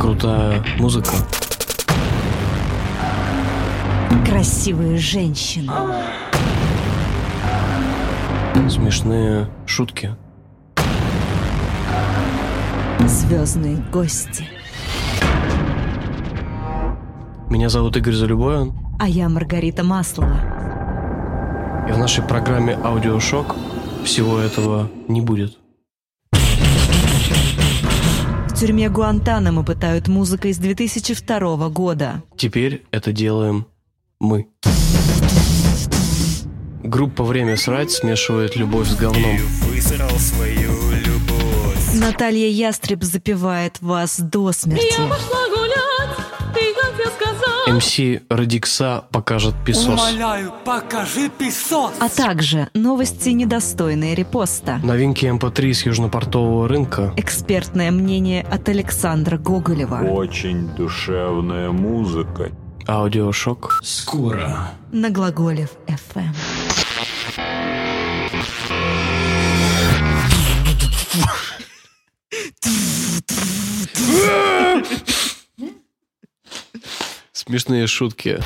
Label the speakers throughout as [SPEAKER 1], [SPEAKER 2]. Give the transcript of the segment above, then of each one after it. [SPEAKER 1] крутая музыка.
[SPEAKER 2] Красивые женщины.
[SPEAKER 1] Смешные шутки.
[SPEAKER 2] Звездные гости.
[SPEAKER 1] Меня зовут Игорь Залюбоин.
[SPEAKER 2] А я Маргарита Маслова.
[SPEAKER 1] И в нашей программе «Аудиошок» всего этого не будет.
[SPEAKER 2] В тюрьме Гуантанамо пытают музыкой с 2002 года.
[SPEAKER 1] Теперь это делаем мы. Группа «Время срать» смешивает любовь с говном.
[SPEAKER 3] Высрал свою любовь.
[SPEAKER 2] Наталья Ястреб запевает вас до смерти.
[SPEAKER 4] Я пошла гулять, ты как я сказал.
[SPEAKER 1] МС Радикса покажет песос.
[SPEAKER 3] Умоляю, покажи песос.
[SPEAKER 2] А также новости, недостойные репоста.
[SPEAKER 1] Новинки МП3 с южнопортового рынка.
[SPEAKER 2] Экспертное мнение от Александра Гоголева.
[SPEAKER 5] Очень душевная музыка.
[SPEAKER 1] Аудиошок.
[SPEAKER 6] Скоро.
[SPEAKER 2] На глаголев ФМ.
[SPEAKER 1] Смешные шутки.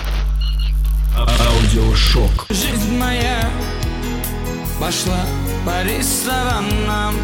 [SPEAKER 6] Аудиошок.
[SPEAKER 3] Жизнь моя пошла по ресторанам.